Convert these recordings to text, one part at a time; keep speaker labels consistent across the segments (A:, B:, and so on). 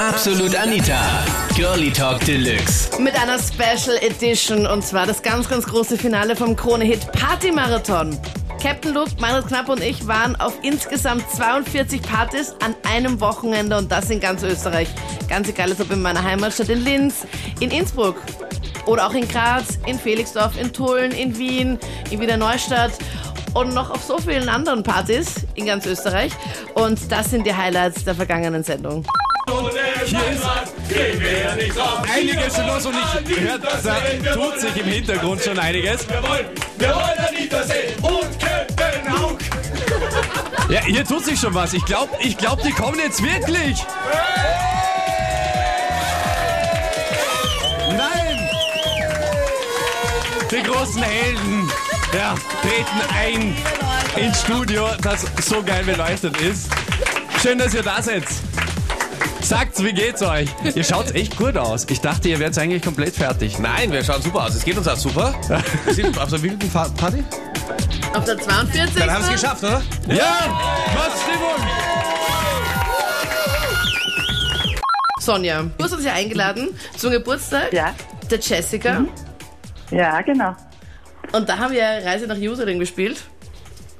A: Absolut Anita. Girlie Talk Deluxe.
B: Mit einer Special Edition und zwar das ganz, ganz große Finale vom Krone-Hit Party Marathon. Captain Luke, Magnus Knapp und ich waren auf insgesamt 42 Partys an einem Wochenende und das in ganz Österreich. Ganz egal, ob in meiner Heimatstadt in Linz, in Innsbruck oder auch in Graz, in Felixdorf, in Tulln, in Wien, in Wiener Neustadt und noch auf so vielen anderen Partys in ganz Österreich. Und das sind die Highlights der vergangenen Sendung.
C: Hier ist einiges los und ich höre, da also tut sich im Hintergrund schon einiges.
D: Wir wollen, wir wollen Anita sehen und Köpenhauk.
C: Ja, hier tut sich schon was. Ich glaube, ich glaub, die kommen jetzt wirklich. Nein! Die großen Helden ja, treten ein ins Studio, das so geil beleuchtet ist. Schön, dass ihr da seid. Sagt's, wie geht's euch? Ihr schaut's echt gut aus. Ich dachte, ihr wärt's eigentlich komplett fertig.
E: Nein, wir schauen super aus. Es geht uns auch super. Wir sind auf der wilden Fa- Party.
B: Auf der 42.
E: Dann haben wir es geschafft, oder?
C: Ja! Was Stimmung!
B: Sonja, du hast uns ja eingeladen zum Geburtstag
F: Mhm. Ja, Mhm.
B: der Jessica.
F: ja, genau.
B: Und da haben wir Reise nach Jerusalem gespielt.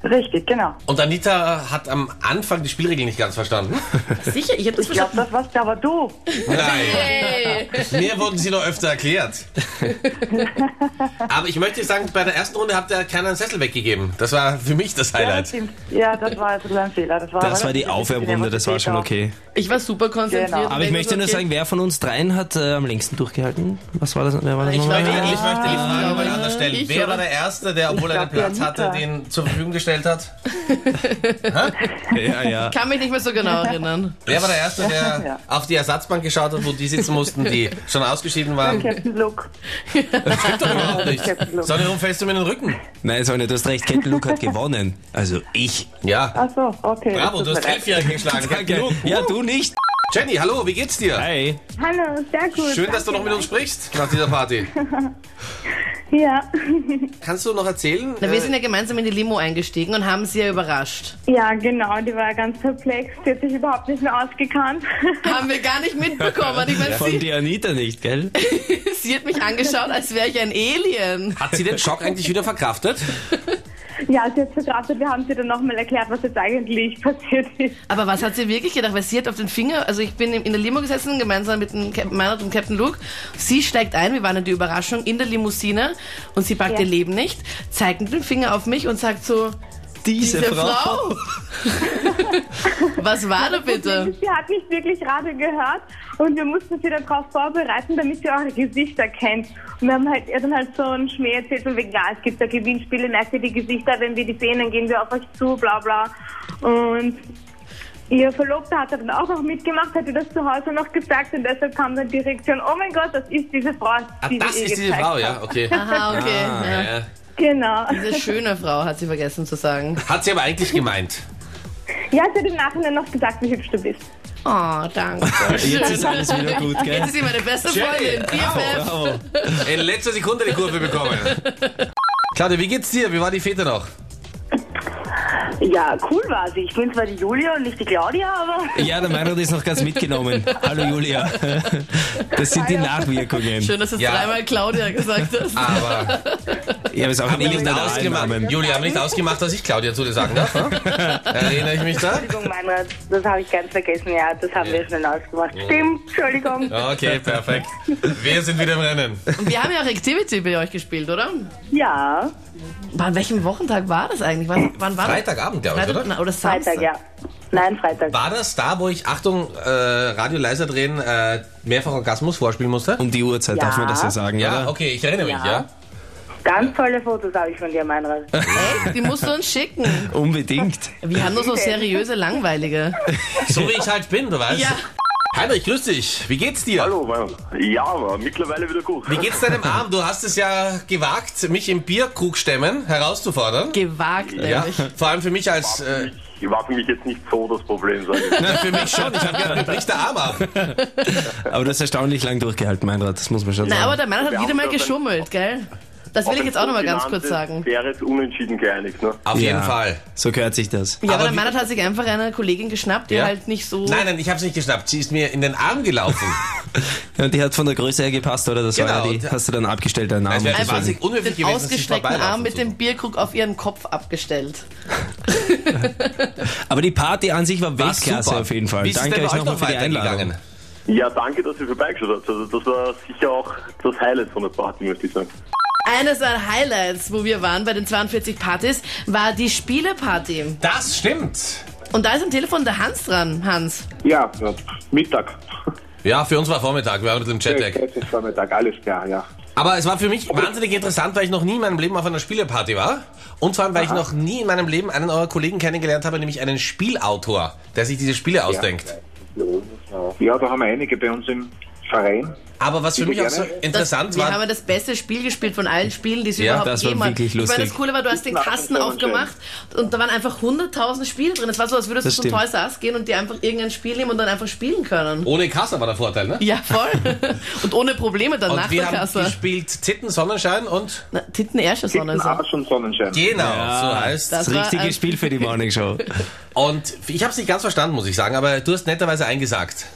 F: Richtig, genau.
E: Und Anita hat am Anfang die Spielregeln nicht ganz verstanden.
B: Sicher, ich habe das
F: Ich glaube,
B: verstanden.
F: das warst aber du.
E: Nein.
B: Hey.
E: Mir wurden sie noch öfter erklärt. Aber ich möchte sagen, bei der ersten Runde habt ihr keinen Sessel weggegeben. Das war für mich das
F: Ja, das
E: Highlight.
F: stimmt. Ja, das war also ein Fehler. Das war,
G: Das
F: aber
G: war die
F: das-
G: Aufwärmrunde, das war schon okay.
B: Ich war super konzentriert.
F: Genau.
G: Aber ich möchte nur sagen, wer von uns dreien hat äh, am längsten durchgehalten? Was war das? Wer war das
B: Ich
G: nochmal?
B: glaube,
E: Ich möchte die Frage mal anders
B: Ich,
E: stellen. Wer
B: aber-
E: war der Erste, der, obwohl er den
F: Ich glaub,
E: Platz
F: die
E: hatte,
F: Anita.
E: den zur Verfügung gestellt hat?
G: ja, ja.
B: ich kann mich nicht mehr so genau erinnern.
E: Wer war der Erste, der
F: Ja.
E: auf die Ersatzbank geschaut hat, wo die sitzen mussten, die schon ausgeschieden waren?
F: Captain Luke.
E: Stimmt doch überhaupt nicht.
F: Captain Luke.
E: Sonja, warum fällst du mir in den Rücken?
G: Nein, Sonja, du hast recht, Captain Luke hat gewonnen. Also ich.
E: Ja.
F: Ach so, okay.
E: Bravo, du
F: das
E: hast
F: tut mir leid.
E: Elfjährige geschlagen. Danke.
G: Danke.
E: Genug.
G: Ja, du nicht.
E: Jenny, hallo, wie geht's dir?
G: Hi.
H: Hallo, sehr gut.
E: Schön, dass du noch mit uns sprichst nach dieser Party.
H: Ja.
E: Kannst du noch erzählen?
B: Na,
E: äh,
B: wir sind ja gemeinsam in die Limo eingestiegen und haben sie ja überrascht.
H: ja, genau, die war ganz perplex. Die hat sich überhaupt nicht mehr ausgekannt.
B: Haben wir gar nicht mitbekommen. Ich meine,
G: Von
B: sie,
G: dir Anita nicht, gell?
B: sie hat mich angeschaut, als wäre ich ein Alien.
E: hat sie den Schock eigentlich wieder verkraftet?
H: ja, sie hat verkraftet. Wir haben sie dann nochmal erklärt, was jetzt eigentlich passiert ist.
B: Aber was hat sie wirklich gedacht? Weil sie hat auf den Finger, also ich bin in der Limo gesessen, gemeinsam mit dem Cap Meinert und Captain Luke. Sie steigt ein, wir waren in die Überraschung, in der Limousine und sie packt
H: Ja.
B: ihr Leben nicht, zeigt mit dem Finger auf mich und sagt so, diese, Frau. was war da bitte?
H: Sie hat nicht wirklich Radio gehört und wir mussten sie darauf vorbereiten, damit sie eure Gesichter kennt. Und wir haben halt, ihr dann halt so einen Schmäh erzählt von wegen, ja, es gibt da Gewinnspiele, merkt ihr die Gesichter, wenn wir die sehen, dann gehen wir auf euch zu, bla bla. Und ihr Verlobter hat dann auch noch mitgemacht, hat ihr das zu Hause noch gesagt und deshalb kam dann die Reaktion, oh mein Gott, das ist diese Frau.
E: Ah,
H: die
E: das
H: wir ihr
E: ist diese
H: gezeigt
E: Frau,
H: haben.
E: ja, okay.
B: Aha, okay. Ah, ja.
E: Ja.
H: Genau.
B: Diese schöne Frau hat sie vergessen zu sagen.
E: Hat sie aber eigentlich gemeint.
H: Ja, sie hat im Nachhinein noch gesagt, wie hübsch du bist.
B: Oh, danke.
G: Jetzt ist alles wieder gut,
B: Jetzt
G: gell?
B: ist sie meine beste Freundin. BFF.
G: Bravo.
E: In letzter Sekunde die Kurve bekommen. Claudia, wie geht's dir? Wie war die Fete noch?
F: Ja, cool war sie. Ich bin zwar die Julia und nicht die Claudia, aber
G: Ja, der Meinrad ist noch ganz mitgenommen. Hallo Julia. Das sind die Nachwirkungen.
B: Schön, dass du
E: Ja.
B: dreimal Claudia gesagt hast.
E: Aber
G: Ich habe es auch
E: haben wir
G: nicht
E: nicht ausgemacht.
G: Namen.
E: Julia, haben wir nicht ausgemacht, dass ich Claudia zu dir sagen darf? hm? Erinnere ich mich da?
F: Entschuldigung, Meinrad, das habe ich ganz vergessen. Ja, das haben wir schnell ausgemacht. Stimmt, Entschuldigung.
E: Okay, perfekt. Wir sind wieder im Rennen.
B: Und wir haben ja auch Activity bei euch gespielt, oder?
F: Ja,
B: An welchem Wochentag war das eigentlich? Wann, wann war
E: Freitagabend, glaube
B: das?
E: ich,
B: Freitag,
E: oder?
B: na, oder Samstag?
F: Freitag, ja. Nein, Freitag.
E: War das da, wo ich, Achtung, äh, Radio leiser drehen, äh, mehrfach Orgasmus vorspielen musste?
G: Um die Uhrzeit darf man das ja sagen,
E: Ja,
G: oder?
E: okay, ich erinnere mich, ja.
F: Ganz tolle Fotos habe ich von dir, Meinrad.
B: Die musst du uns schicken.
G: Unbedingt.
B: Wir haben nur so seriöse, langweilige.
E: So wie ich halt bin, du weißt.
B: Ja.
E: Heinrich, grüß dich. Wie geht's dir?
I: Hallo, Mann. Ja, aber mittlerweile wieder gut.
E: Wie geht's deinem Arm? Du hast es ja gewagt, mich im Bierkrug stemmen, herauszufordern.
B: Gewagt,
E: Ja,
B: nämlich.
E: vor allem für mich als, äh,
I: Ich war für mich jetzt nicht so das Problem, sage ich.
E: für mich schon. Ich habe gedacht, mir bricht der Arm ab.
G: Aber du hast erstaunlich lang durchgehalten, Meinrad. Das muss man schon
B: Na, aber
G: sagen.
B: der Mann hat
I: Wir
B: wieder
I: haben
B: mal
I: doch ein-
B: geschummelt, gell? Das will ich jetzt auch nochmal ganz kurz
I: Dominantes
B: sagen.
I: Wäre es unentschieden geeinigt, ne?
E: Auf jeden
G: Ja.
E: Fall.
G: So gehört sich das.
B: Ja, aber,
E: Aber
B: der
E: wie-
B: Meinert hat sich einfach eine Kollegin geschnappt, die
E: Ja.
B: halt nicht so.
E: Nein, nein, ich hab's nicht geschnappt. Sie ist mir in den Arm gelaufen.
G: Ja, und die hat von der Größe her gepasst, oder? Das
E: Genau,
G: war ja die,
E: und-
G: hast du dann abgestellt, deinen Namen.
E: Also wäre
G: Das war die-
E: wahnsinnig unhöflich
B: den
E: gewesen, dass sie
B: ausgestreckten
E: vorbeilaufen
B: Arm mit
E: zu
B: dem Bierkrug auf ihren Kopf abgestellt.
G: Aber die Party an sich war
E: War
G: Weltklasse
E: super.
G: auf jeden Fall.
E: Wie ist es
G: Danke
E: denn bei
G: euch
E: euch
G: nochmal für die Einladung.
E: weitergegangen?
I: Ja, danke, dass ihr vorbeigeschaut habt. Also, das war sicher auch das Highlight von der Party, möchte ich sagen.
B: Eines der Highlights, wo wir waren bei den 42 Partys, war die Spieleparty.
E: Das stimmt.
B: Und da ist am Telefon der Hans dran, Hans.
J: Ja, ja, Mittag.
E: Ja, für uns war Vormittag, wir waren mit dem Jetlag.
J: Es ist Vormittag, alles klar, ja.
E: Aber es war für mich wahnsinnig interessant, weil ich noch nie in meinem Leben auf einer Spieleparty war. Und vor allem, weil ich noch nie in meinem Leben einen eurer Kollegen kennengelernt habe, nämlich einen Spielautor, der sich diese Spiele ausdenkt.
J: Ja, da haben wir einige bei uns im Verein.
E: Aber was für mich auch so
J: gerne.
E: interessant
B: das, wir
E: war,
B: haben das beste Spiel gespielt von allen Spielen, die es
E: Ja,
B: überhaupt
G: das war
B: gegeben hat.
G: wirklich
B: Ich meine, das
G: lustig.
B: Coole war, du hast den Kasten aufgemacht und da waren einfach 100.000 Spiele drin. Es war so, als würdest
G: Das
B: du zum
G: stimmt.
B: Toys R Us gehen und dir einfach irgendein Spiel nehmen und dann einfach spielen können.
E: ohne Kasse war der Vorteil, ne?
B: Ja, voll. und ohne Probleme dann nach
E: Und wir
B: der
E: haben
B: Kasse.
E: gespielt Titten, Sonnenschein und...
B: Na, Titten, Ärsche, Sonne.
J: Titten, Arsch und Sonnenschein.
E: Genau,
G: Ja.
E: so heißt
B: Das
G: Das
B: war ähm, ein-
G: richtige Spiel für die Morning Show.
E: Und ich habe es nicht ganz verstanden, muss ich sagen, aber du hast netterweise eingesagt,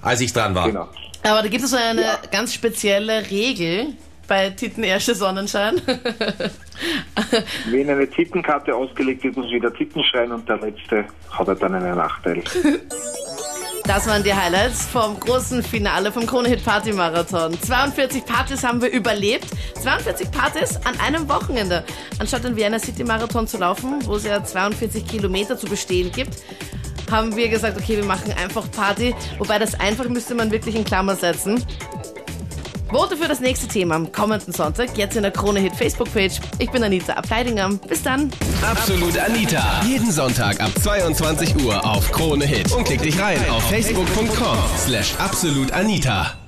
E: als ich dran war.
J: Genau.
B: Aber da gibt es so eine ganz spezielle Regel bei Titten, Ärsche, Sonnenschein.
J: Wenn eine Tittenkarte ausgelegt wird, muss wieder Titten schreien und der Letzte hat er dann einen Nachteil.
B: Das waren die Highlights vom großen Finale vom Kronehit Party Marathon. 42 Partys haben wir überlebt. 42 Partys an einem Wochenende. Anstatt den Vienna City Marathon zu laufen, wo es ja 42 Kilometer zu bestehen gibt, haben wir gesagt, okay, wir machen einfach Party. Wobei das einfach müsste man wirklich in Klammer setzen. Vote für das nächste Thema am kommenden Sonntag, jetzt in der Krone-Hit Facebook-Page. Ich bin Anita Ableidinger. Bis dann.
A: Absolut Anita. Jeden Sonntag ab 22 Uhr auf Krone Hit. Und klick dich rein auf facebook.com slash absolutanita.